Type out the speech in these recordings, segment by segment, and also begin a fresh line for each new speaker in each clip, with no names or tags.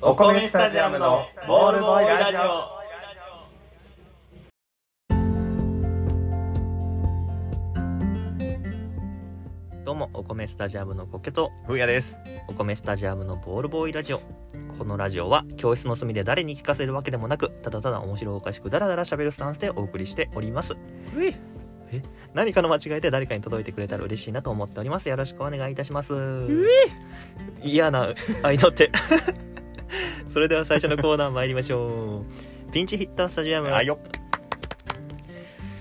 お米スタジアムのボールボーイラジオ
どうもお米スタジアムのコケと
ふうやです。
お米スタジアムのボールボーイラジオこのラジオは教室の隅で誰に聞かせるわけでもなくただただ面白おかしくダラダラ喋るスタンスでお送りしておりますえ何かの間違いで誰かに届いてくれたら嬉しいなと思っておりますよろしくお願いいたします嫌な愛の手 それでは最初のコーナー参りましょうピンチヒッタースタジアム
あよ。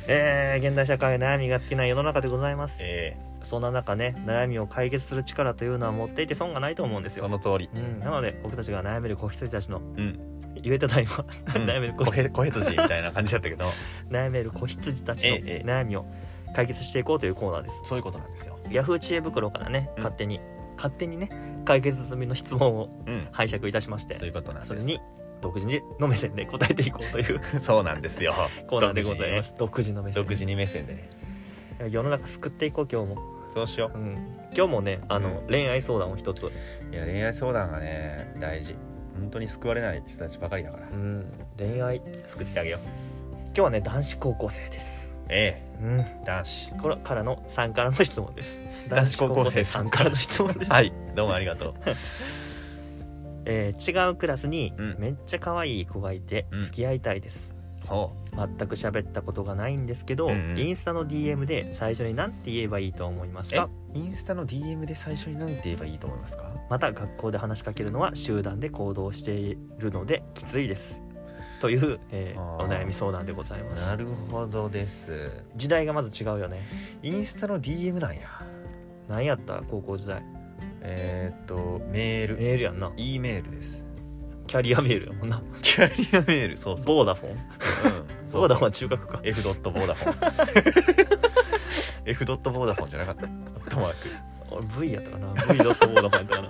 えー現代社会悩みが尽きない世の中でございます
え
そんな中ね悩みを解決する力というのは持っていて損がないと思うんです
え
よ
そ、の通り。
うん、なので僕たちが悩める子羊たちの
うん。
言えただ今悩める子
こへ小羊みたいな感じだったけど、
悩める子羊たちの
ええ
悩みを解決していこうというコーナーです
そういうことなんですよ。
ヤフー知恵袋からね
うん
勝手に、勝手にね解決済みの質問を
うん。
拝借いたしまして
そういうことなんです。
それに独自の目線で答えていこうという
そうなんですよ。
コーナーでございます独自の目 線
独自に目線でね。
世の中救っていこう今日も、
そうしよ
うん、今日もねあの、
うん
恋愛相談を一つ
う。いや恋愛相談がね大事。本当に救われない人たちばかりだから
う。ん恋愛
救ってあげよう。
今日はね男子高校生です
え
うん
え男子。
これからのさんからの質問です
男子高校生
さんからの質問です、
はい。どうもありがと う。
えー違うクラスに
うん
めっちゃ可愛い子がいて
うん
付き合いたいです、
ほ
全く喋ったことがないんですけど、
うんうん
インスタの DM で最初に何て言えばいいと思います
う。え
か
インスタの DM で最初に何て言えばいいと思いますか
また学校で話しかけるのは集団で行動しているのできついですという、えー
あー
お悩み相談でございます
なるほどです
時代がまず違うよね
インスタの DM なんや
何やった高校時代
えーっとメール
メールやんな
E メールです
キャリアメールやもんな
キャリアメールそうそう
ボーダフォン
うん
ボーダフォンは中核か
F ドットボーダフォン F ドットボーダフォンじゃなかったトマーク
俺 V やったかな V ドットボーダフォンやったかな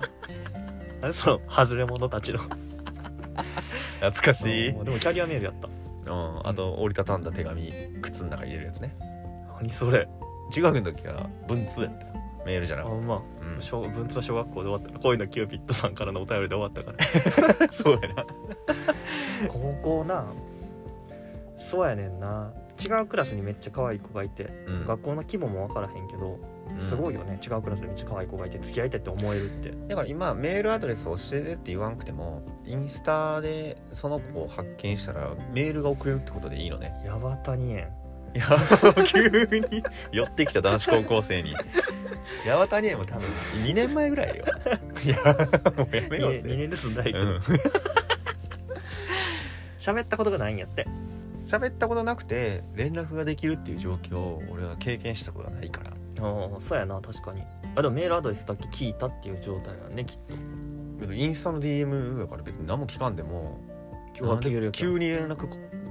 あれその外れ者たちの
懐かしい
うんでもキャリアメールやった
うんあと折りたたんだ手紙靴の中に入れるやつね
何それ
中学の時から文通やったよメールじゃな
あ
かっ
ま
た、
あ小文通は小学校で終わったから恋のキューピッドさんからのお便りで終わったから
うん、そうやな
高校なそうやねんな違うクラスにめっちゃ可愛い子がいて、
うん
学校の規模も分からへんけど、すごいよね違うクラスにめっちゃ可愛い子がいて付き合いたいって思えるって
だから今メールアドレス教えてって言わんくてもインスタでその子を発見したらメールが送れるってことでいいのね
矢端谷園
いや急に寄ってきた男子高校生に八幡にも多分2年前ぐらいよいやもうやめよう
2
ぜ
年で住んだい
うん
喋ったことがないんやって
喋ったことなくて連絡ができるっていう状況を俺は経験したことがないから
ああそうやな確かにあでもメールアドレスだけ聞いたっていう状態だねきっと
けどインスタの DM だから別に何も聞かんでも
今日はる
急に連絡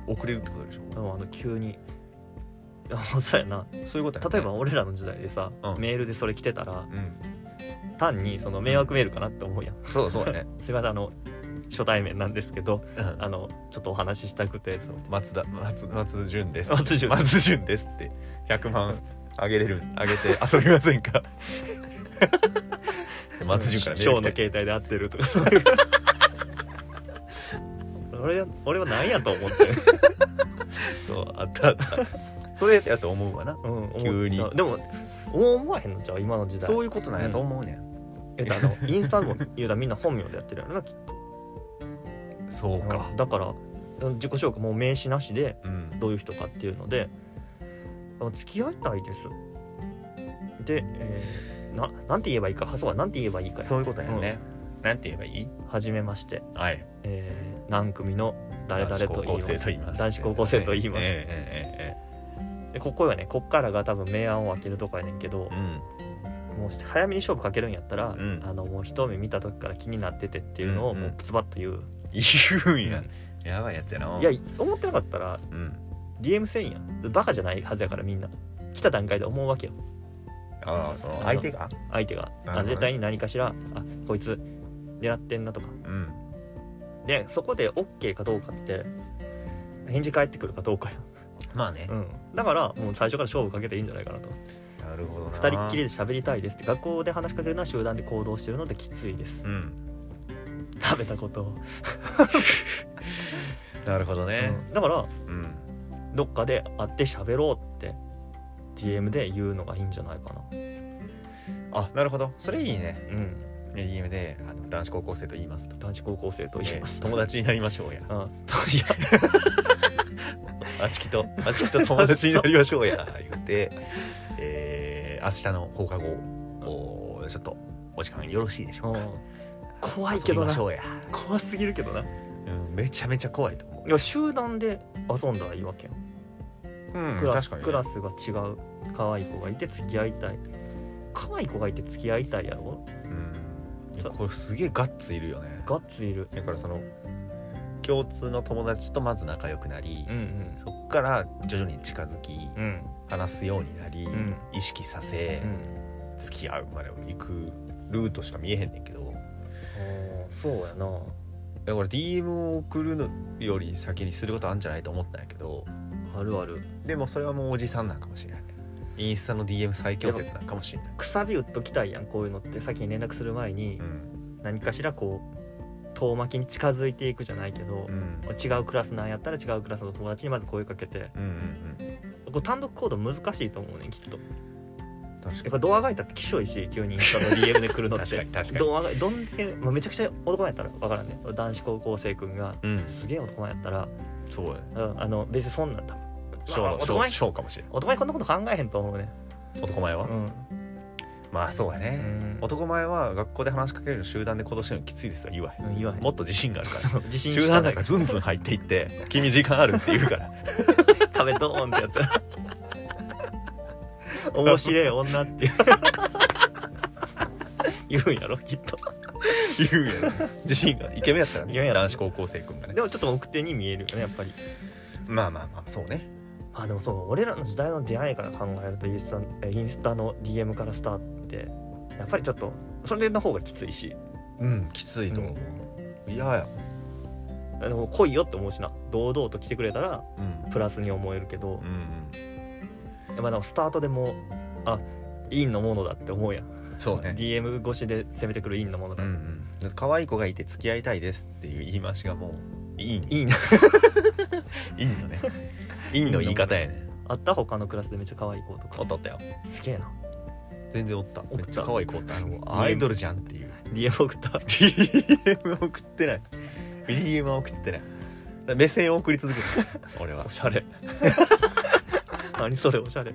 送れるってことでし
あ
ょ
の急にいやもうそうやな
そういうことやね
例えば俺らの時代でさ、
うん
メールでそれ来てたら
うん
単にその迷惑メールかなって思うやん、
そうだそうだね
すいませんあの初対面なんですけど
うん
あのちょっとお話ししたくて
そう 松田松松潤です
松潤
松潤ですって100万あげれるあげて遊びません かで松潤からメ
ショ
ー
ーの
ル来て
携帯で合ってるとか 俺は俺は何やと思って、
そうあったあったそれやと思うわな
うん、思っちゃう
急に
でも思わへんのじゃう今の時代
そういうことなんやと思うねん、
えっとあのインスタも言うたらみんな本名でやってるやろなきっ
そう
と
か
だからうん自己紹介もう名刺なしで
うん
どういう人かっていうのであ付き合いたいですで、えーななんて言えばいいかあそうかなんて言えばいいか
そういうことやね、なんて言えばいい
はじめまして、
はい
えー何組の誰々と言
男子高
いま
校生
す
と言います
男子高校生と言います
ええ
でここよねこっからが多分明暗を分けるとこやねんけど
えええええ、
もう早めに勝負かけるんやったら、
ん
あのもう一目見た時から気になっててっていうのを
うんうん
もうズバッと言う、
うん言うんや
い
やばいやつやな
や思ってなかったら
うん
DM せんやんバカじゃないはずやからみんな来た段階で思うわけよ
ああその相手が
相手が、
なるほ
あ
どね
絶対に何かしらあこいつ狙ってんなとか
うん
でそこで OK かどうかって返事返ってくるかどうかや、
まあね
う、ん、だからもう最初から勝負かけていいんじゃないかなと
なるほどな
二人っきりで喋りたいですって学校で話しかけるのは集団で行動してるのできついです
うん
食べたことを、
なるほどね
うんだから
うん
どっかで会って喋ろうって DM で言うのがいいんじゃないかな
あなるほどそれいいね
うん
ね DM であの男子高校生と言いますと
男子高校生と言います、
え ー友達になりましょうや
うんいや
あちきとあちきと友達になりましょうや言ってえー、明日の放課後おーちょっとお時間よろしいでしょうか
怖いけ
遊
ど
びま
な
しょうや、
怖すぎるけどない
うん、めちゃめちゃ怖いと思う
や集団で遊んだらいいわけよ
うん
クラス、
ね
クラスが違う可愛い子がいて付き合いたい可愛い子がいて付き合いたいやろ
うんいやこれすげえガッツいるよね
ガッツいる
だからその共通の友達とまず仲良くなり、
ん
そっから徐々に近づき
うんうん
話すようになり、
ん
意識させ、
うん
付き合うまで行くルートしか見えへんねんけど
あーそうやな
だから DM を送るのより先にすることあんじゃないと思ったんやけど
あるある
でもそれはもうおじさんなんかもしれないインスタの DM 最強説なんかもしれない、
くさび打っときたいやんこういうのって先に連絡する前に
うん
何かしらこう遠巻きに近づいていくじゃないけど
う、ん、
違うクラスなんやったら違うクラスの友達にまず声かけて
うんうん
こう単独行動難しいと思うねんきっと
うん確
やっ
か
ぱドアが開いたってきしょいし急にインスタの DM で来るのって
確かに確かに
ドアがどんだけ、まあ、めちゃくちゃ男やったら分からんね男子高校生くんが
にうん
すげえ男前やったら、
そうやね
うん、あの別にそんなんだ
ショーのショ
男
ー
前
ショーかもしれな
男前こんなこと考えへんと思うね
い男前は、
うん、
まあそうや
う
ね、
ん、
男前は学校で話しかけるの集団で行動してるのきついですよ言わへん、
うん言わへん
もっ と自信があるから
自信
集
しか
団な
な
ん
い
かズンズン入っていって「君時間ある?」って言う から
壁ドーンってやった ら面白い女っていう 言うんやろきっと
言うやろ自信があるイケメンやったら
イケメンや
ね
ったら
男子高校生くんがね
でもちょっと奥手に見えるよねやっぱり
まあまあまあそうね
まあでもそう俺らの時代の出会いから考えるとインスタえインスタの DM からスタートってやっぱりちょっとそれの方がきついし
うんきついと思う、いやいや
でも来いよって思うしな堂々と来てくれたら
うん
プラスに思えるけど
う、ん
まあでもスタートでもうあインのものだって思うやん、
うんそうね
DM 越しで攻めてくるインのもの
う
だ、
んうん可愛い子がいて付き合いたいですっていう言い回しがもういいね
イン
いいの ねいいの言い方やね
あった他のクラスでめっちゃ可愛い子と
お
か
っとったよ
すげえな
全然おった
た
めっちゃ可愛い子おったあのアイドルじゃんっていう
DM 送った
DM 送ってない DM は送ってないだから目線を送り続ける 俺は
おし ゃれ何それおしゃれ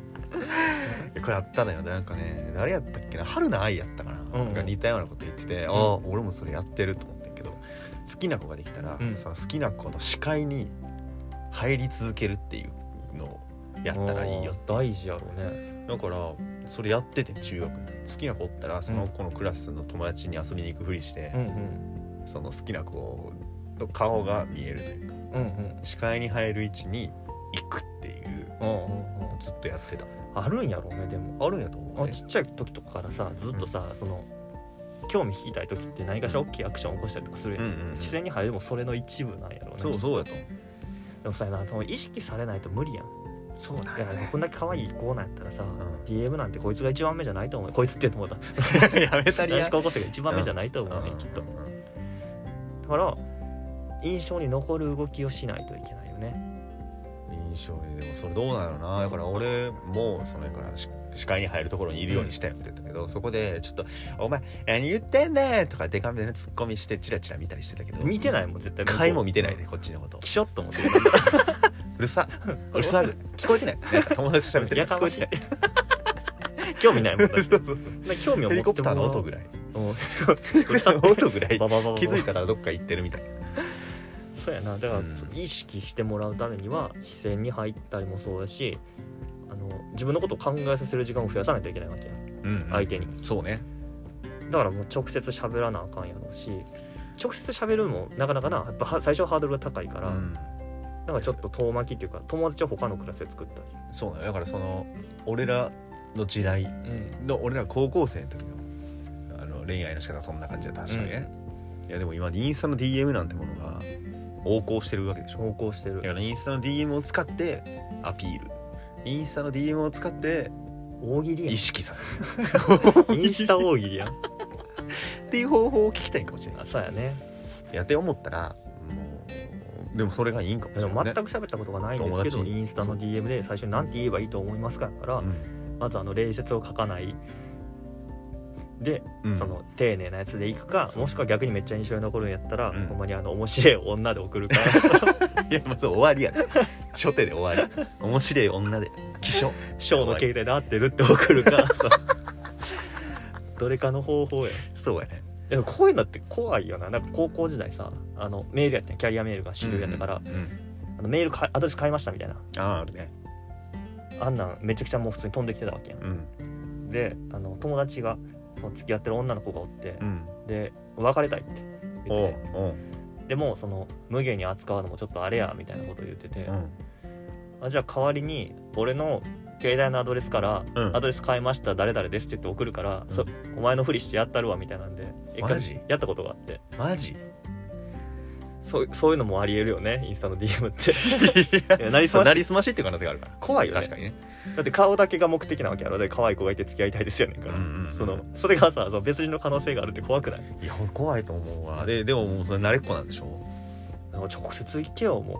これあったのよなんかね誰やったっけな春菜愛やったかな,、
うんうん
なんか似たようなこと言ってて、ああ俺もそれやってると思ったけど好きな子ができたら、
うん
その好きな子の視界に入り続けるっていうのをやったらいいよ
あー大事やろね
だからそれやってて中学の時好きな子おったらその子のクラスの友達に遊びに行くふりして
う、んうん
その好きな子の顔が見えるというか
うんうん
視界に入る位置に行くっていう
うんうんうん
ずっとやってた
あるんやろねでも
あるんやと
あ
思うね
ちっちゃい時とかからさずっとさ、その興味引きたい時って何かしら大きいアクション起こしたりとかするや、
うんんうんうん
自然に入るのもそれの一部なんやろね
そうそうやと思う
でもさなその意識されないと無理やん
そうなん
いや
やね
こんだけ可愛い子なんやったらさ、
ん
DM なんてこいつが一番目じゃないと思うこいつって言うと思った
やめたり
男
や
子高校生が一番目じゃないと思うね、きっとだから印象に残る動きをしないといけないよね
印象にでもそれどうなのなだから俺もそれからし視界に入るところにいるようにしたよって言ったけど、そこでちょっと「お前何言ってんねん!」とかデカめのツッコミしてチラチラ見たりしてたけど
見てないもん絶対向こう
回も見てないでこっちのこと
きしょっと思って
うるさうる さぐらい聞こえてないなんか友達と喋ってる
や
の聞
か
こ
ま
え
してい
ない
興味ないもんだって
そうそうそう
だから興味を
ヘ
持
リ
って
コプターの音ぐらい
もう
音ぐら い
バババババ
気づいたらどっか行ってるみたいな
そうやなだから、
うん
意識してもらうためには視線に入ったりもそうだしあの自分のことを考えさせる時間を増やさないといけないわけや
うん
相手に
そうね
だからもう直接喋らなあかんやろうし直接喋るのもなかなかなやっぱは最初はハードルが高いから、
うん
なんかちょっと遠巻きっていうか友達を他のクラスで作ったり
そうなのだからその俺らの時代の俺ら高校生の時のあの恋愛の仕方はそんな感じだ確かにね、いやでも今インスタの DM なんてものが横行してるわけでしょ
投稿して
だか
る
らインスタの DM を使ってアピールインスタの DM を使って
大喜利や
意
ん
識させる
インスタ大喜利やん
っていう方法を聞きたいんかもしれない
あそうやね
やって思ったらもうでもそれがいいんかもし
で
れ
も
ない、ね
全、く喋ったことがないんですけ
友
ど、
達
インスタの DM で最初に何て言えばいいと思いますかから、
うん
まずあの礼節を書かないで、
うん
その丁寧なやつでいくか
そう
もしくは逆にめっちゃ印象に残るんやったら、
うん
ほんまにあの面白い女で送るか
いやまず終わりやね初手で終わり面白い女で起床
らショーの携帯で合ってるって送るかどれかの方法や
そうやね
でもこういうのって怖いよななんか高校時代さあのメールやったんキャリアメールが主流やったから、
うんうん
あのメールかアドレス変えましたみたいな
あああるね
あんなんめちゃくちゃもう普通に飛んできてたわけやん
うん
であの友達がその付き合ってる女の子がおって、
うん
で別れたいって言
お
っ
う
てて
おう
でもその無限に扱うのもちょっとあれやみたいなことを言ってて、
うん
あじゃあ代わりに俺の携帯のアドレスから「
うん
アドレス変えました誰々です」って言って送るから、
うん
そお前のふりしてやったるわみたいなんで一回
マジ
やったことがあって
マジ
そうそういうのもありえるよねインスタの DM っていやなりそう
なりすましっていう可能性があるから
怖いよね
確かにね
だって顔だけが目的なわけやろで可愛い子がいて付き合いたいですよねんから、
うんうんうん
そのそれがさその別人の可能性があるって怖くない
いや俺怖いと思うわででももうそれ慣れっこなんでしょ
あの直接行けよも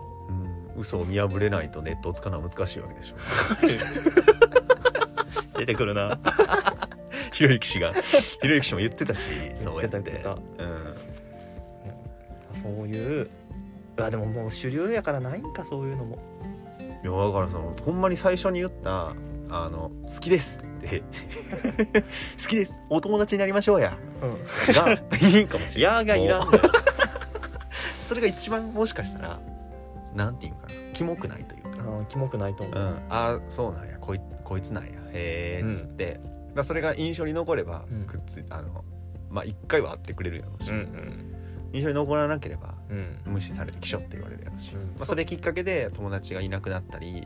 うん嘘を見破れないとネットをつかのは難しいわけでしょ
う出てくるな
ひろゆき氏がひろゆき氏も言ってたしそうやって
言ってた言
うん
そういううわでももう主流やからないんかそういうのも
いやだからそのほんまに最初に言った「あの好きです」って 好きですお友達になりましょうや
うん
がいいかもしれない
やーがいらん
も
のよ
うそれが一番もしかしたらなんていうんかなキモくないというか、
あーキモくないと思
うん、
う、
ああそうなんやこいこいつなんやへ
う
え
ん
っつって、だからそれが印象に残れば、
うん
くっついあのまあ一回は会ってくれるやろうし、
ん
印象に残らなければ
うんうん
無視されてきしょって言われるやろうし、
うん
まあ、それきっかけで友達がいなくなった り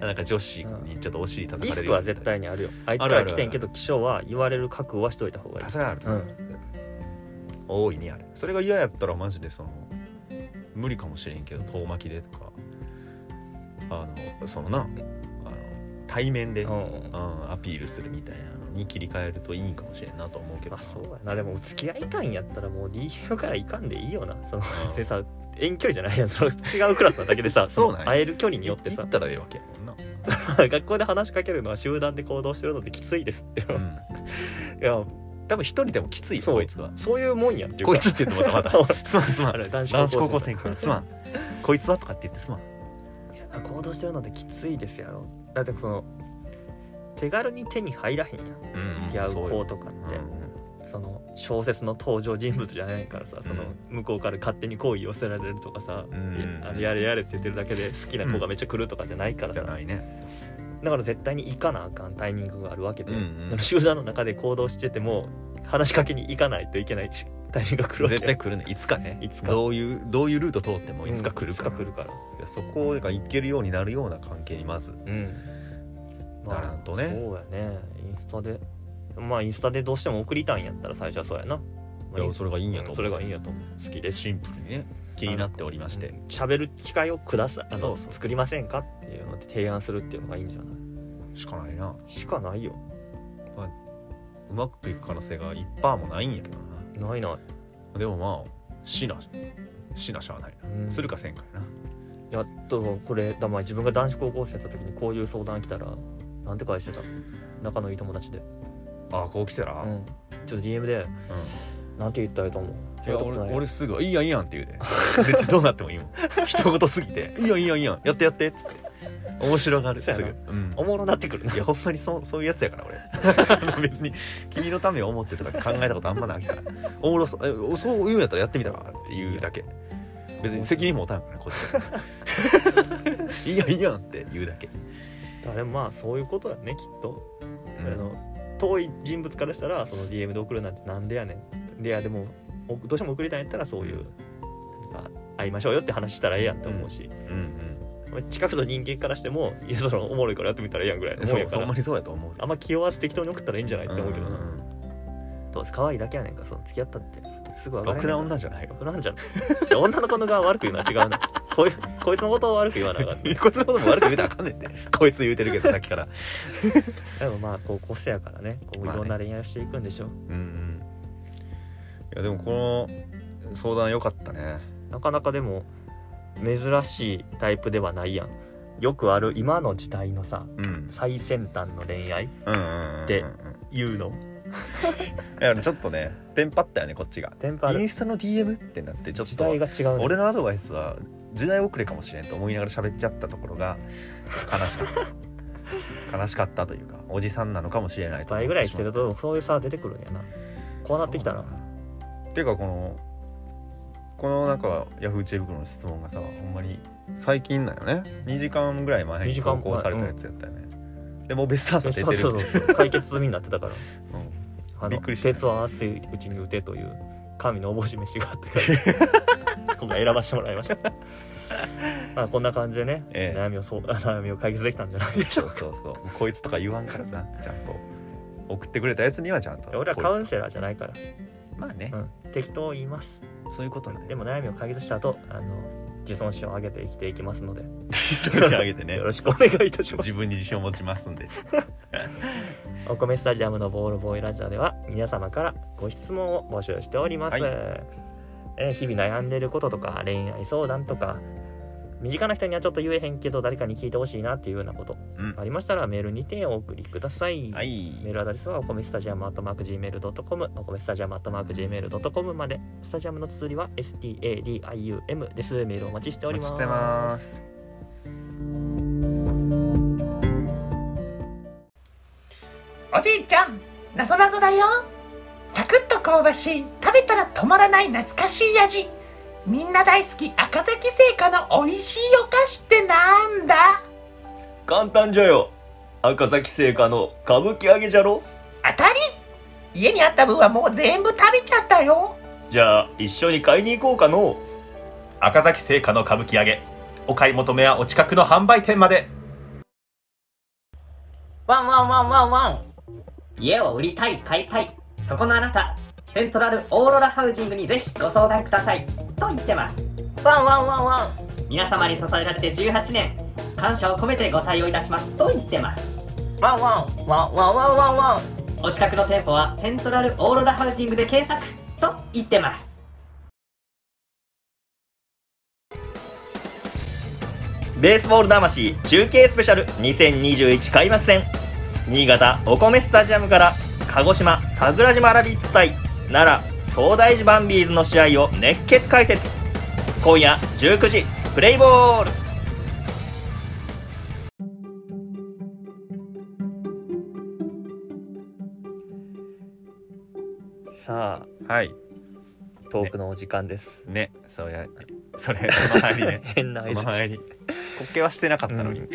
なんか女子にちょっとお尻叩
リ
かれ
ス
る
ク
ようになった
は
り
絶対にあるよあいつ
あ
か
るあるあ
ら
る
来てんけど気象は言われる覚悟はしといた方がいい
あそれはある、
うん
大いにあるそれが嫌やったらマジでその無理かもしれんけど遠巻きでとかあのそのなあの対面で、うん
うん
アピールするみたいなのに切り替えるといいんかもしれんなと思うけど
まあ
な
そうやなでも付き合いたいんやったらもう DM からいかんでいいよなその
うん
でさ遠距離じゃないやんその違うクラスなだけでさ
そうなんや
会える距離によって
行
さ
ったらええわけやもんな、
学校で話しかけるのは集団で行動してるのってきついですって、
う
い
ん、
や
多分一人でもきついよ
そう
こいつは
そういうもんやっていうか
こいつって言ってまたまたすまんすま
あ
ん
れ男
男
子
子高
高校
校
生
生からすまんこいつはとかって言ってすまん
行動してるのできついですやろだってその手軽に手に入らへんやん付き合う子とかって、その小説の登場人物じゃないからさその向こうから勝手に好意寄せられるとかさ、
うん
いあのやれやれって言ってるだけで好きな子がめっちゃ来るとかじゃないから
じ
さ、
ゃないね
だから絶対に行かなあかんタイミングがあるわけで、
うんうん
でも集団の中で行動してても話しかけに行かないといけないしタイミングが来るわけ
絶対来るねいつかね
いつか
どういうどういうルート通ってもいつか来るか
うんいつか来るから
らそこが行けるようになるような関係にまず
うん
ならんとね
そうやねインスタでまあインスタでどうしても送りたいんやったら最初はそうやな、まあ
い
イ
や
ンス
それがいいんやと思う
それがいいんやと思う好きです
シンプルにね気になっておりまして
うん喋る機会をくださいあの
そうそうそう
作りませんかっていうので提案するっていうのがいいんじゃない
しかないな
しかないよ
うまくいく可能性が1%もないんやけどな
ないない
でもまあしなしなしゃあない
うん
なするかせんかやな
やっとこれだまあ自分が男子高校生だった時にこういう相談来たらなんて返してた仲のいい友達で、
ああこう来たら
う
うん
ん、ちょっと DM でなんて言ったらいいと思う
いや俺
聞たことない
俺すぐ「いいやんいいやん」って言うで 別にどうなってもいいもん一言すぎて「いいやんいいやんいいやんやってやって」っつって面白がる
そう
す
や
ぐ、
な
うん
おもろなってくるない
やほんまにそうそういうやつやから俺 あの別に君のためを思ってとか考えたことあんまないからおもろそうえそういうんやったらやってみたらっていうだけ別に責任も負たんからこっちは いいやんいいやんって言うだけ、
あでもまあそういうことだねきっと、
うん
あの遠い人物からしたらその DM で送るなんてなんでやねんでいやでもおどうしても送りたいんやったらそういうなんか会いましょうよって話したらええやんって思うし、
うんうん
近くの人間からしてもいやそのおもろいからやってみたらええやんぐらいのも
そ
ん
う
やか
ほん
ら
まにそうやと思う
あんま気負わず適当に送ったらいいんじゃないって思うけどな、
んん
どうせ可愛いだけやねんからその付き合ったってすぐ
う
上
ん
が
ろ
れ
くな女じゃないよ
僕なんじゃないいや女の子の側悪く言うのは違うなこいこいつのことを悪く言わなあか った、ね、
こいつのことも悪く言うたらあかんねんってこいつ言うてるけどさっきから
でもまあ高校生やからねこういろんな恋愛をしていくんでしょう、
うんやでもこの相談良かったね
なかなかでも珍しいタイプではないやんよくある今の時代のさ
うん
最先端の恋愛
うんうんうん
で
うん
言うの
いやちょっとねテンパったよねこっちが
電波あ
イン
る
スタの DM ってなってちょっ
時
と
代が違うね
俺のアドバイスは時代遅れかもしれんと思いながら喋っちゃったところが悲しか った悲しかったというかおじさんなのかもしれないと思
倍
っ
ぐらい
し
来
ま
て
っ
るとそういう差が出てくるんやなこうなってきたな
そうだていうかこのこのなんかヤフー知恵袋の質問がさほんまに最近だよね2時間ぐらい前
2
に
時間
投稿
前
されたやつやったよね、でもうベストアンサ
そ
ー
う
出
そ
て
う
る
そう解決済みになってたから
うん
あ
び
の
っくりした
鉄は熱いうちに打てという神のおぼし飯があって から今回選ばせてもらいましたまあこんな感じでね、
ええ
悩みをそう 悩みを解決できたんじゃないで しょ
そうう
か
そうそうこいつとか言わんからさちゃんと送ってくれたやつにはちゃんと
俺はカウン
ラ
セラーじゃないから、
ーまあね
う、ん、適当言います
そういうことね
でも悩みを解決した後あの自尊心を上げて生きていきますので、
自分にあげてね
よろしくお願いいたします
自分に自信を持ちますんで
お米スタジアムのボールボーイラジオでは皆様からご質問を募集しております、
はい
えー日々悩んでることとか恋愛相談とか身近な人にはちょっと言えへんけど誰かに聞いてほしいなっていうようなこと
うん
ありましたらメールにてお送りください、
はい
メールアドレスはお米スタジアムアットマーク Gmail.com お米スタジアムアットマーク Gmail.com までスタジアムの綴りは STADIUM ですメールお待ちして
お
おり
待ち
ます
してます
おじいちゃんなぞなぞだよサクッと香ばしい食べたら止まらない懐かしい味みんな大好き赤崎製菓の美味しいお菓子ってなんだ
簡単じゃよ赤崎製菓の歌舞伎揚げじゃろ
当たり家にあった分はもう全部食べちゃったよ
じゃあ一緒に買いに行こうかの
赤崎製菓の歌舞伎揚げお買い求めはお近くの販売店まで
ワンワンワンワンワン家を売りたい買いたいそこのあなたセントラルオーロラハウジングにぜひご相談くださいと言ってますワンワンワンワン皆様に支えられて18年感謝を込めてご対応いたしますと言ってますワンワンワンワンワンワンワンお近くの店舗はセントラルオーロラハウジングで検索と言ってます
ベースボール魂中継スペシャル2021開幕戦新潟お米スタジアムから鹿児島桜島ラビッツ対奈良東大寺バンビーズの試合を熱血解説今夜19時プレイボール
さあ
はい
トークのお時間です、
ねそれそれその入りね
変 な
そ
合
の
図
入り滑稽はしてなかったのに、
う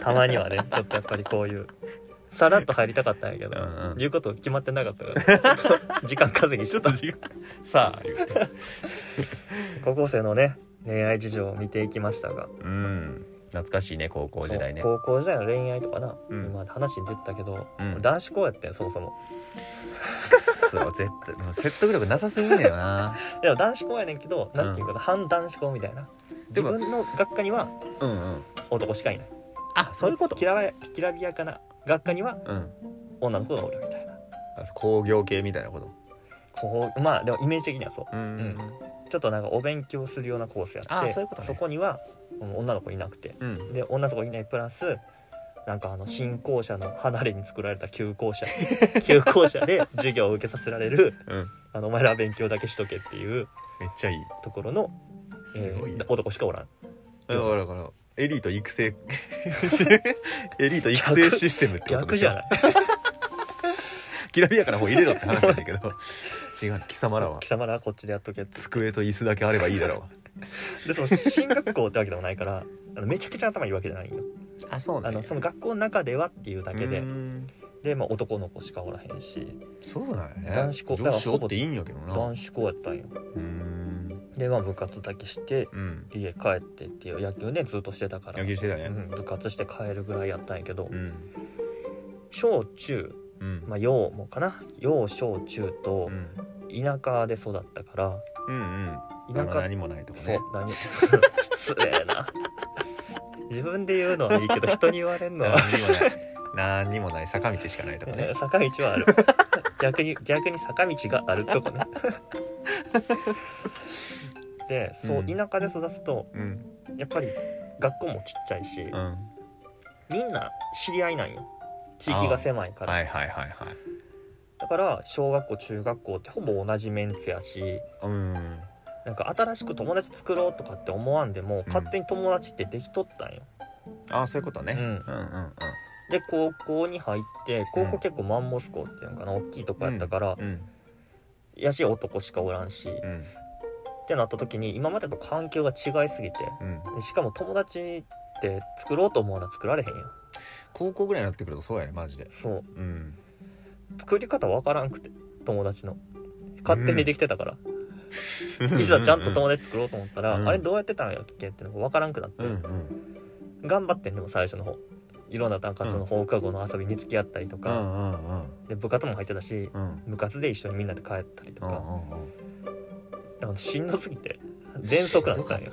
たまに はねちょっとやっぱりこういうさらっと入りたかったんやけど、
うんうん
言うこと決まってなかった からちょっと時間稼ぎし
ちょ
て
っと
た
違うさあ言うて
高校生のね恋愛事情を見ていきましたが
うん懐かしいね高校時代ね
そう高校時代の恋愛とかな、
うん
今話に出てたけど、
うん
俺男子校やってんそもそも
そう絶対もう説得力なさすぎんだよ な
でも男子校やねんけど、
うん
なんていうかな反男子校みたいな
で
自
も
分の学科には
うんうん
男しかいない
あそういうこと
きらわきらびやかな学科には
うん
女の子がおるみたいな
工業系みたいなこと
こうまあでもイメージ的にはそう
う
うんちょっとなんかお勉強するようなコースやって
あそういうことね
こにはうん女の子いなくて
うん
で女の子いないプラスなんかあの新校舎の離れに作られた旧校舎 旧校舎で授業を受けさせられる
うん
あのお前らは勉強だけしとけっていう
めっちゃいい
ところの、え
すごい
ー
な
男しかおらん
だからだからエリート育成 エリート育成システムってこと
逆
でし
じ
ょ
ゃない
きらびやかな方入れろって話なんだけど 違う貴様らは
貴様らはこっちでやっとけって
机と椅子だけあればいいだろ
でその進学校ってわけでもないからあのめちゃくちゃ頭いいわけじゃないよ
うあそう
あのその学校の中ではっていうだけで
ん
で、まあ、男の子しかおらへんし
そうだよね
男子校
女子校っていいんやけどな
男子校やったんよ
うーん
でまあ部活だけして
うん
家帰ってっていう野球ねずっとしてたから
野球してたね
うん、部活して帰るぐらいやったんやけど、
うん
小中、
うん
まあ、幼もかな幼小中と
うん
田舎で育ったから
うんうん
田
まあ
舎、
何もないとこ
そう
ね
何 失礼な自分で言うのはい いけど人に言われんのは
何にもない何にもない坂道しかないとこね
ね坂道はある逆に逆に坂道があると こねでそう、
うん
田舎で育つと
うん
やっぱり学校もちっちゃいし、
うん
みんな知り合いなんよ地域が狭いから、
はいはいはいはい
だから小学校中学校ってほぼ同じメンツやし
うん
なんか新しく友達作ろうとかって思わんでも、勝手に友達ってできとったんよ
ああそういうことねう
う
んんうん
で高校に入って高校結構マンモス校っていうのかな大きいとこやったから、
うんうん
やし男しかおらんし、っ
うん
てなった時に今までと環境が違いすぎて
うん
でしかも友達って作ろうと思うのは作られへんよ
高校ぐらいになってくるとそうやねマジで
そう
うん
作り方わからんくて友達の勝手にできてたから、いざちゃんと友達作ろうと思ったら、
うん
あれどうやってたんやっけってのがわからんくなって、
うんうん
頑張ってんでも最初の方いろんななんかその放課後の遊びに付き合ったりと
うんう
か、
んうん
で部活も入ってたし
うん
部活で一緒にみんなで帰ったりと
うん
か、
うんうん
でもしんどすぎて喘息だったんよ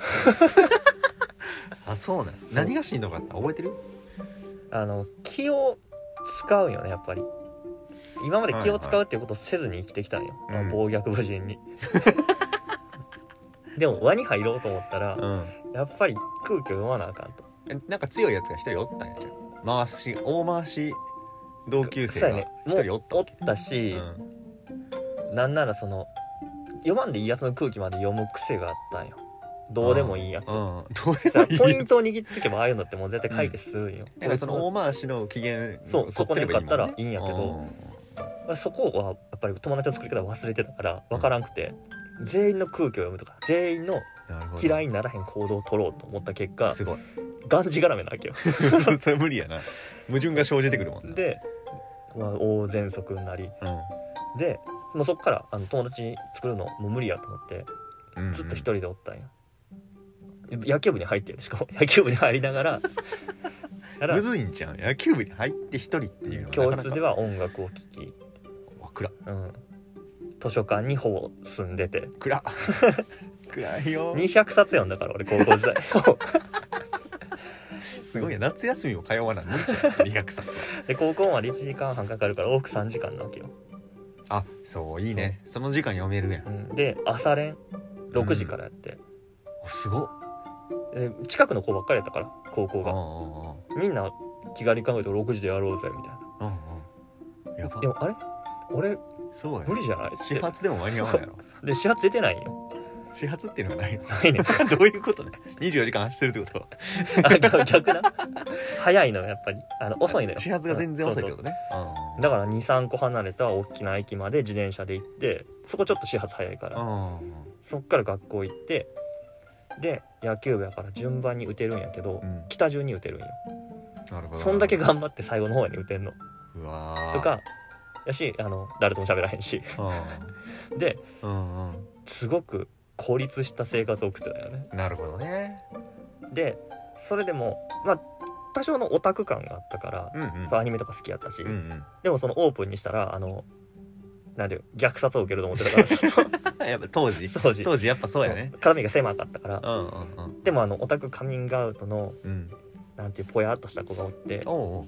あそうなん何がしんどかった覚えてる
あの気を使うよねやっぱり今まで気を使うっていうことをせずに生きてきたんよ、
はいはい
まあ暴虐無 人にでも輪に入ろうと思ったら、
うん
やっぱり空気を読まなあかんと
えなんか強いやつが一人おったんやじゃん回し大回し同級生
そう
が
やね
一人おった
お
わ
っ
け
たし、
うん
なんならその読まんでいいやつの空気まで読む癖があったんよどうでもいいやつ、
うんどうで
だから
もいい
ポイ
や
ン
つ
トを握っとけばああいうのってもう絶対解決するんよ、
なんかその大回しの機嫌
そう
取ってればいいもんね
そこに買ったらいいんやけど
うん
まあそこはやっぱり友達の作り方忘れてたから分からんくて、全員の空気を読むとか全員の
なるほど
嫌いにならへん行動を取ろうと思った結果
すごい
がんじがらめなわけよ
それ無理やな矛盾が生じてくるもんな
で、まあ、大喘息になりでもうそっからあの友達作るのもう無理やと思って
うんうん
ずっと一人でおったんや、野球部に入ってしかも 野球部に入りながらだから
むずいんじゃん野球部に入って一人っていうのは
教
なか
室
な
で
か
は音楽を聴き、
わ暗
うん、図書館にほぼ住んでて
暗暗いよ
200冊読んだから俺高校時 代
すごいや夏休みも通わない無理じゃん200冊は
で高校まで1時間半かかるから往復3時間なわけよ、
あそういいねその時間読めるやん
うん、で朝練6時からやって、
おすごっ
で近くの子ばっかりやったから高校
ああ
がみんな気軽に考えて6時でやろうぜみたい
ああああやば
なでもあれ俺
そうや
無理じゃない
始発でも間に合わないやろ
で始発出てないんよ
始発っていうのがないの
ないねん
どういうことね24時間走ってるってことは
あ逆逆な早いのよやっぱりあの遅いのよ
始発が全然遅いって
そう
ことね
そうだから23個離れた大きな駅まで自転車で行ってそこちょっと始発早いから
あ
そっから学校行ってで野球部やから順番に打てるんやけど、
うん
北中に打てるんよ
あなるほど
そんだけ頑張って最後の方に打てんの
うわー
とかやしあの誰とも喋らへんし
あ
で
あうんうん
すごく孤立した生活を送ってたよね
なるほどね
でそれでもまあ多少のオタク感があったから
うんうん
アニメとか好きやったし、
うんうん
でもそのオープンにしたらあのなんで虐殺を受けると思ってた から
やっぱ当 時
当時
当時やっぱそうやね
そう鏡が狭かったから
うんうんうん
でもあのオタクカミングアウトの
うん
なんていうぽやっとした子がおって
おうおう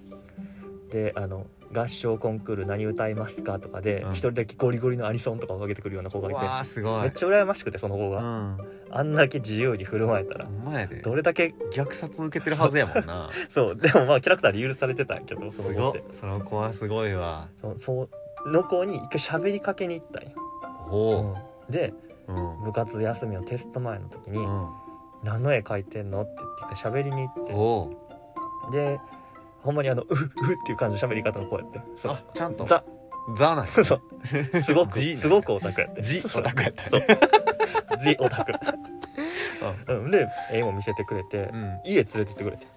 であの合唱コンクール何歌いますかとかで一、
うん
人だけゴリゴリのアニソンとかをかけてくるような子がいて
わあす
め
ご
っ
い
ちゃ羨ましくてその子
う
が、
ん
あんだけ自由に振る舞えたら
前で
どれだけ
虐殺受けてるはずやもんな
そうでもまあキャラクターで許されてたんやけど
す
その子
ご
っ
い
て
その子はすごいわ
そうそうの子に一回喋りかけに行ったんや、
おお
うんで
うん
部活休みのテスト前の時に
うん
「何の絵描いてんの?」って言って喋りに行って
おお
でほんまにあの「うっうっ」っていう感じの喋り方の子やってそう
あちゃんと
ザ
ザなんや
そうすごく
ジなんや
すごくオタクやって
ジ
そう
オタクやったね
ジオタクうんで絵も見せてくれて、
うん
家連れてってくれて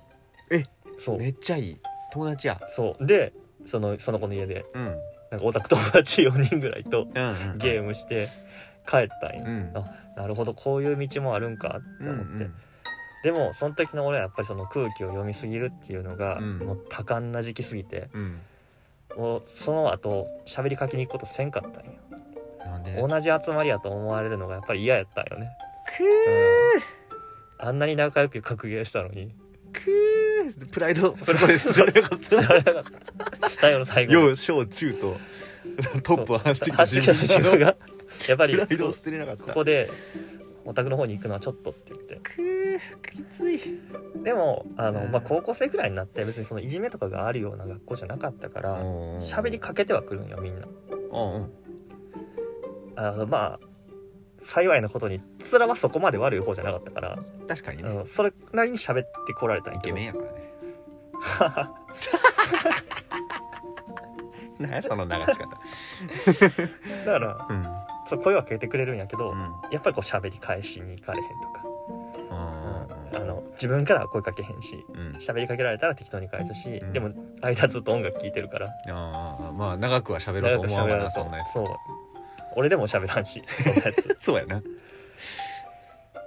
え
そう
めっちゃいい友達や
そうでそのその子の家で
うんうん
なんかオタク友達4人ぐらい
う
と
ん
ゲームして帰ったんや、
うん
あなるほどこういう道もあるんかって
うんう
思って、
ん
でもその時の俺はやっぱりその空気を読みすぎるっていうのが、
うん
もう多感な時期すぎて
うん
もうその後喋りかけに行くことせんかったんよ
なんで
同じ集まりやと思われるのがやっぱり嫌やったんよね
くー
あんなに仲良く格ゲーしたのに
くープライドそこですそれよかっ
知ら
た
なかった最後の最後
要小中と トップを走ってきた
走
自
ってきた
分
自分がやっぱり
プライドを
こ
捨てれなかった
こでお宅の方に行くのはちょっとって言って
くーきつい
でもあの、
うん
まあ、高校生くらいになって別にそのいじめとかがあるような学校じゃなかったから喋りかけてはくるんよみんな
うんうん
あのまあ幸いなことにつらはそこまで悪い方じゃなかったから、
確かに
あ
ね
のそれなりに喋ってこられたん
イ
やけ
ケ
ど
メンやからね なんやその流し方
だから
うん
そう声はかけてくれるんやけど、
うん
やっぱりこう喋り返しに行かれへんとか、
うん
あの自分からは声かけへんし
うん
喋りかけられたら適当に返すし、
うん
でも間ずっと音楽聴いてるから
あーまあ長くは喋ろう
長
と
く
思わん
喋
わ
ら
なんそ
と
んなやつ
そう俺でも喋らんしそんなやつだ
そうやな
か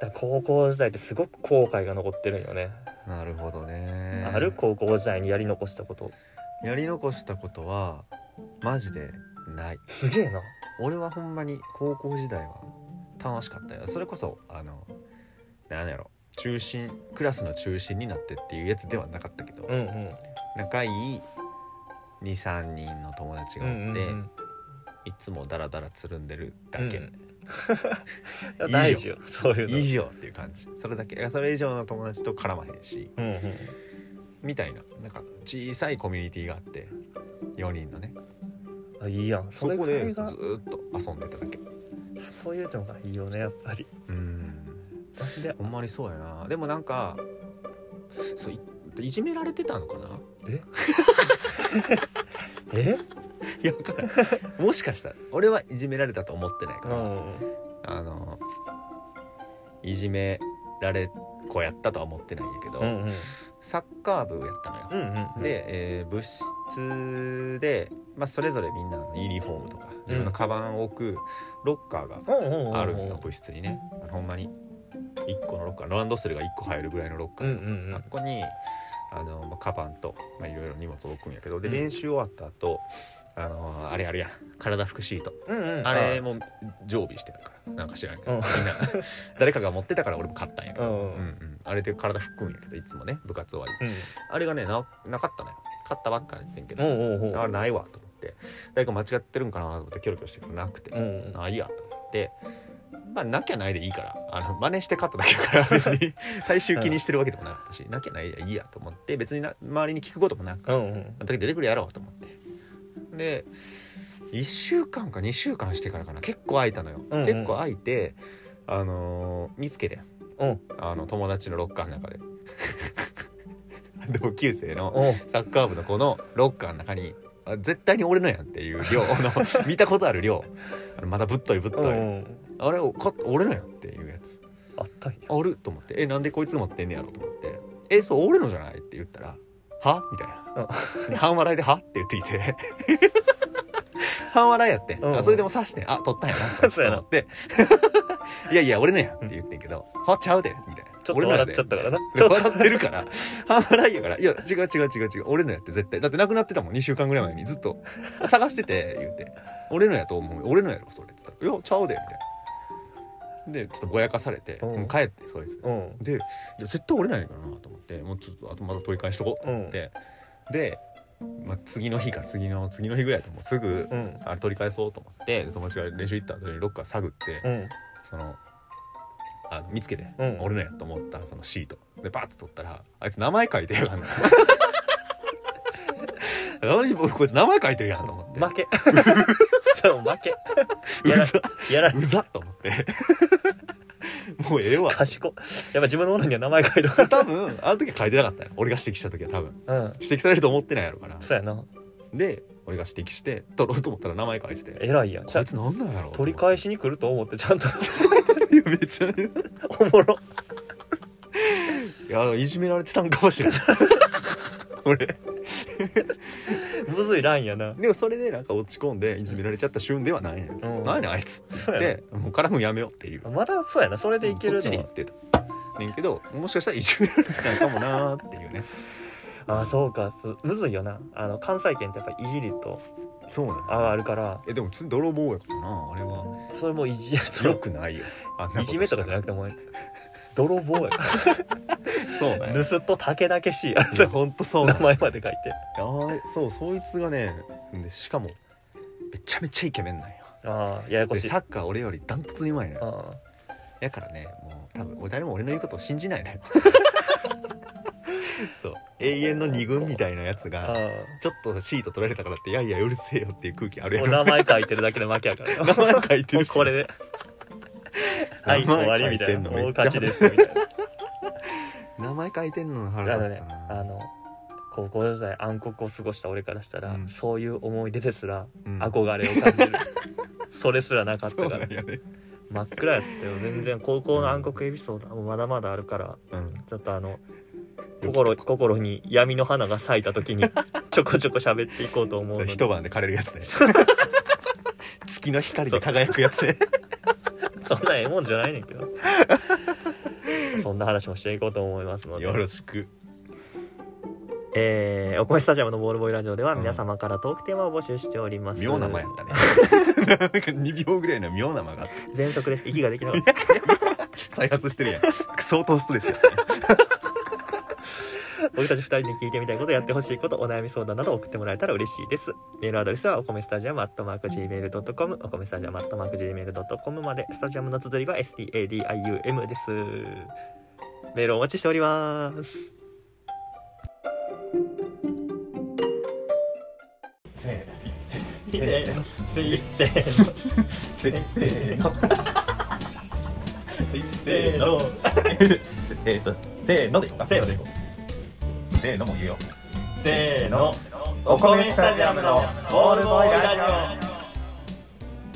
ら高校時代ってすごく後悔が残ってるんよね、
なるほどね
ある高校時代にやり残したこと
やり残したことはマジでない
すげえな
俺はほんまに高校時代は楽しかったよそれこそあの何やろ中心クラスの中心になってっていうやつではなかったけど、
うんうん
仲いい23人の友達が
う
おっ
ん
て、
うんうん
いつもダラダラつるんでるだけ、
うんいや大事よそういうの
以上っていう感じそれだけいやそれ以上の友達と絡まへんし
うんうん
みたいななんか小さいコミュニティがあって4人のね
あいいやん
そ
それ
こでず
ぐ
ー
らいが
っと遊んでただけ
そういうのがいいよねやっぱり
うん
で
ほんまにそうやなでもなんかそういいじめられてたのかな
え
いやわからんもしかしたら俺はいじめられたと思ってないか
う
ら、
ん
あのいじめられっ子やったとは思ってないんやけど、
うんうん
サッカー部やったのよ、
うんうん
で、えー部室で、まあ、それぞれみんなのユニフォームとか自分のカバンを置くロッカーが
うんうんうんうん
あるんよ部室にねあのほんまに1個のロッカーランドセルが1個入るぐらいのロッカ
う
ー、
んうん
あここにあの、まあ、カバンと、まあ、いろいろ荷物を置くんやけどで
うん
練習終わった後、あのあれあるやん体拭くシート
うんうんう ん
あれも常備してあるからなんか知らんけど、
うん
みんな 誰かが持ってたから俺も買ったんやけ
う
ど、
んう
うん
ん
うんあれで体拭くんやけどいつもね部活終わり
うん
あれがねななかったのよ買ったばっかやってんけ
おう
ど、
おうおう
あれないわと思って誰か間違ってるんかなと思ってキョロキョロしてるけどなくて、
うん
あいいやと思ってまあなきゃないでいいからあの真似して勝っただけだから別 に大衆気にしてるわけでもなかったし、なきゃないでいいやと思って別にな周りに聞くこともなく、
うんうん
あん時出てくるやろうと思ってで1週間か2週間してからかな結構空いたのよ、
うんうん
結構空いてあのー見つけて、
うん
あの友達のロッカーの中で 同級生の
おう
サッカー部の子のロッカーの中にあ絶対に俺のやんっていう量 の見たことある量あのまだぶっといぶっとい、
うんうん
あれを買っ俺のやんっていうやつ
あったんや
あると思ってえなんでこいつ持ってんねやろと思ってえそう俺のじゃないって言ったらはみたいな、で半笑いではって言ってきて半笑いやって、
うん
あそれでも刺してあ取ったんやな
そうやな
と思っていやいや俺のやんって言ってんけど、はちゃうでみたいな
ちょっ
俺のや
と笑
で
っちゃったからなちょっと
笑ってるから半笑いやから「いや違う違う違う違う俺のやって絶対だってなくなってたもん2週間ぐらい前にずっと探してて言うて「俺のやと思う俺のやろそれ」っつったら「いやちゃうで」みたいなでちょっとぼやかされて、
うん
もう帰ってそいつ
うん
でじゃあ絶対折れないからなと思ってもうちょっとあとまた取り返しとこうと思って、で、まあ、次の日か次の次の日ぐらいともうすぐ
うん
あれ取り返そうと思ってで友達が練習行った後にロッカー探って、
うん
そのあの見つけて、
うん
俺のやと思ったそのシートでバッと取ったらあいつ名前書いてるや ん何僕こいつ名前書いてるやんと思って、
負けそう負け
う
やら
ざ
やら
うざっと思って もうええわ
賢いやっぱ自分のものには名前書いとか
多分あの時書いてなかったよ俺が指摘した時は多分
うん
指摘されると思ってないやろから
そうやな
で俺が指摘して取ろうと思ったら名前書いてて
偉いやん
こいつなんなんやろ
取り返しに来ると思ってちゃんと
いやめっちゃい
おもろ
やいじめられてたんか もしれない俺
むずいラインやな
でもそれでなんか落ち込んでいじめられちゃった旬ではないね、
うん
何やねんあいつ
そうや
でもう絡むのやめようっていう
なまだそうやなそれでいけ
そ
る
っちに
の
行ってたねんけどもしかしたらいじめられてたんかもなーっていうね
はあそうかすむずいよなあの関西圏ってやっぱいじりと
そうなの
あがあるから
えでも普通に泥棒やからなあれは
それもいじり
よくないよあんな
といじめとかじゃなくてもう 泥棒 やか
そうね
ら盗っ人たけだけしい
いやほんとそうな
名
の
前まで書いて
あーそうそいつがねでしかもめちゃめちゃイケメンなんよ
ああややこ
で
しい
サッカー俺よりダントツにうまいのよ
あ
やからねもう多分俺誰も俺の言うことを信じないの よそう永遠の二軍みたいなやつ
ああ
がちょっとシート取られたからっていやいやうるせえよっていう空気ある
あ
や
お
ろ
名前書いてるだけで負けやか ら
名前書いて
も
る
う
し
これではい
名
終わ
前
り
書
み
い
た
て
い
んの
な
めっ
もう
ちゃ
勝ちですみたいな
名前書いてんの腹
あの
立っ
ね
た
あ
な、
の高校時代暗黒を過ごした俺からしたら、
うん
そういう思い出ですら
うん
憧れを感 じる、それすらなかった
そう
か
な
ら
んやね
真っ暗やったよ全然高校の暗黒エピソードもまだまだあるから
うん
ちょっとあの心心に闇の花が咲いた時 にちょこちょこ喋っていこうと思
そ
うの
れ
で
一晩で枯れるやつ ね月の光で輝くやつね
そんなええもんじゃないねん けどそんな話もしていこうと思いますので
よろしく
えーお声スタジアムのボールボーイラジオでは
うん
皆様からトークテーマを募集しております、
妙な名前やったね なんか2秒ぐらいの妙な名前があっ
全速で息ができなかった
た再発してるやんクソトーストですよ
僕たち2人に聞いてみたいことやってほしいことお悩み相談など送ってもらえたら嬉しいですメールアドレスはお米スタジアムアットマーク Gmail.com お米スタジアムアットマーク Gmail.com までスタジアムの綴りは STADIUM ですメールお待ちしております
せ
せーの
せーのせーの
ーのえーとせーのでいこうかせーのでいこうせーのも言うよ
せーの
お米スタジアムのボールボーイラジオ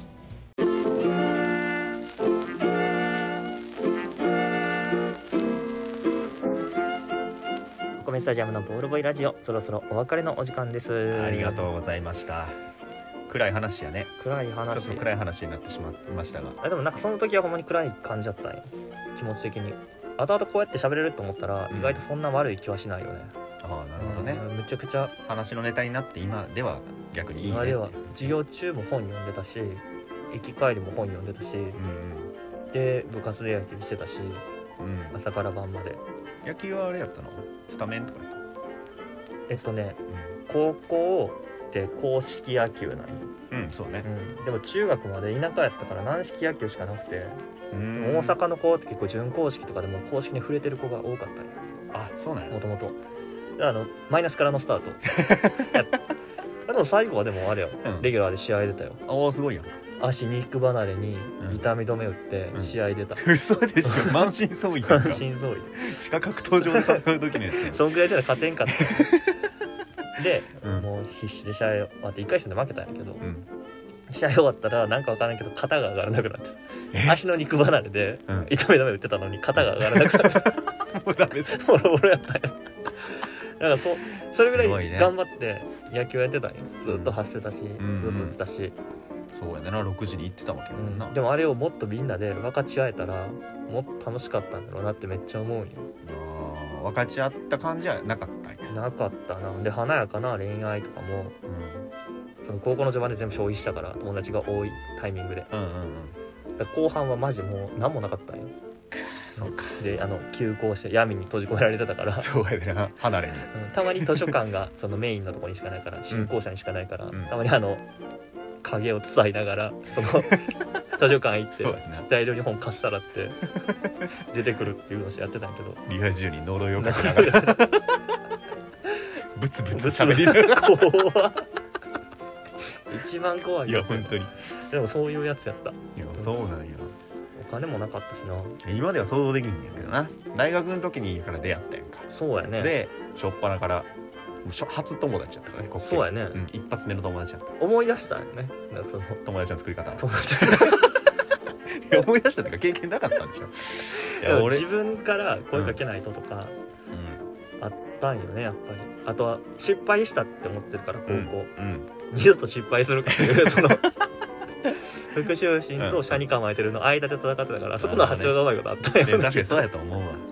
お米スタジアムのボールボーイラジオそろそろお別れのお時間です
ありが
う
とうございました暗い話やね
暗い
ちょ
話
っと暗い話になってしまいましたが
あでもなんかその時はほんまに暗い感じだったんよ気持ち的に後々こうやって喋れると思ったら
うん
意外とそんな悪い気はしないよね、
ああなるほどね
うんめちゃくちゃ
話のネタになって今では逆にいいね
今では
って
授
いう
業中も本読んでたし行き帰りも本読んでたし
うん
で部活で野球してたし
うんうん
朝から晩まで
野球はあれやったのスタメンとかやった
えっとね
う
高校って硬式野球なんよ、
ん、うん、そうね
うん、でも中学まで田舎やったから軟式野球しかなくて
うん
大阪の子って結構準硬式とかでも硬式に触れてる子が多かったね
あそうなんや
もともとあのマイナスからのスター トでも最後はでもあれよ
うん
レギュラーで試合出たよ
あおすごいやんか
足肉離れに
ん
痛み止め打って
うん
試合出た、
嘘でし ょ満身創痍やん
満
か
身創痍
地下格闘場で戦う時のやつ やん
そんぐらいじゃ勝てんかっ たで、
うん
もう必死で試合終わって1回戦で負けたんやけど、
ん
試合終わったらなんかわからんけど肩が上がらなくなって
え
足の肉離れで、
うん
痛み止め打ってたのに肩が上がらなくなって
もうダメだ
ボロボロやったんよだからそそれぐ
すご
ら
い
い
ね
頑張って野球やってたんよずっと走ってたし、
ん
ずっと打ってたし、
そうやねな6時に行ってたわけやもんな、
うんでもあれをもっとみんなで分かち合えたらもっと楽しかったんだろうなってめっちゃ思うんよ
あー分かち合った感じはなかったんや、
なかったなで華やかな恋愛とかもその高校の序盤で全部消費したから友達が多いタイミングで
うん、うんうんうん
だから後半はマジもう何もなかったんよ
そうか
であの休校して闇に閉じ込められてたか ら
そうやでな離れに
うんたまに図書館が そのメインのとこにしかないから新校舎にしかないから、
ん
たまにあの影を伝いながら その図書館行って
そうやな
大量に本かっさらって出てくるっていうのをやってたんやけど
リハ中に呪いをかけながら ブツブツ喋りながら
怖っ一番怖い
いや 本当にい
でもそういうやつやった
やそうなんや
お金もなかったしな
今では想像できんねんけどな大学の時にから出会ったやんか
そうやね
で初っ端からもうしょ初友達やったからねこっけ
そうやね
ん、一発目の友達やった
思い出したんよねなんかその
友達の作り方
友達
いや 思い出したとか経験なかったんでしょいや俺、
自分から声かけないととか
う
あったんよねやっぱりあとは失敗したって思ってるから高校、
ん
二度と失敗するかとい うその復讐心と車に構えてるの間で戦ってたからそこの波長がうまいことあった
で
よね
確か にそうやと思うわ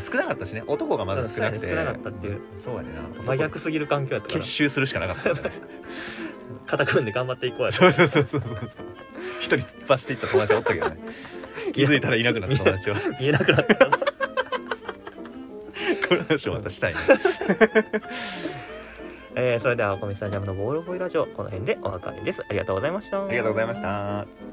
少なかったしね男がまだ少なくて
そうやね少なかったっていう
そうやねな男
真逆すぎる環境やったから
結集するしかなかったんだね
肩組んで頑張っていこうや
そうそうそうそうそうそう一人突っ走っていった友達はおったけどね気づいたらいなくなった友 達はこ
言えなくな った
の話をまたしたいね
えーそれではお米スタジアムのボールボーイラジオこの辺でお別れですありがとうございました
ありがとうございました。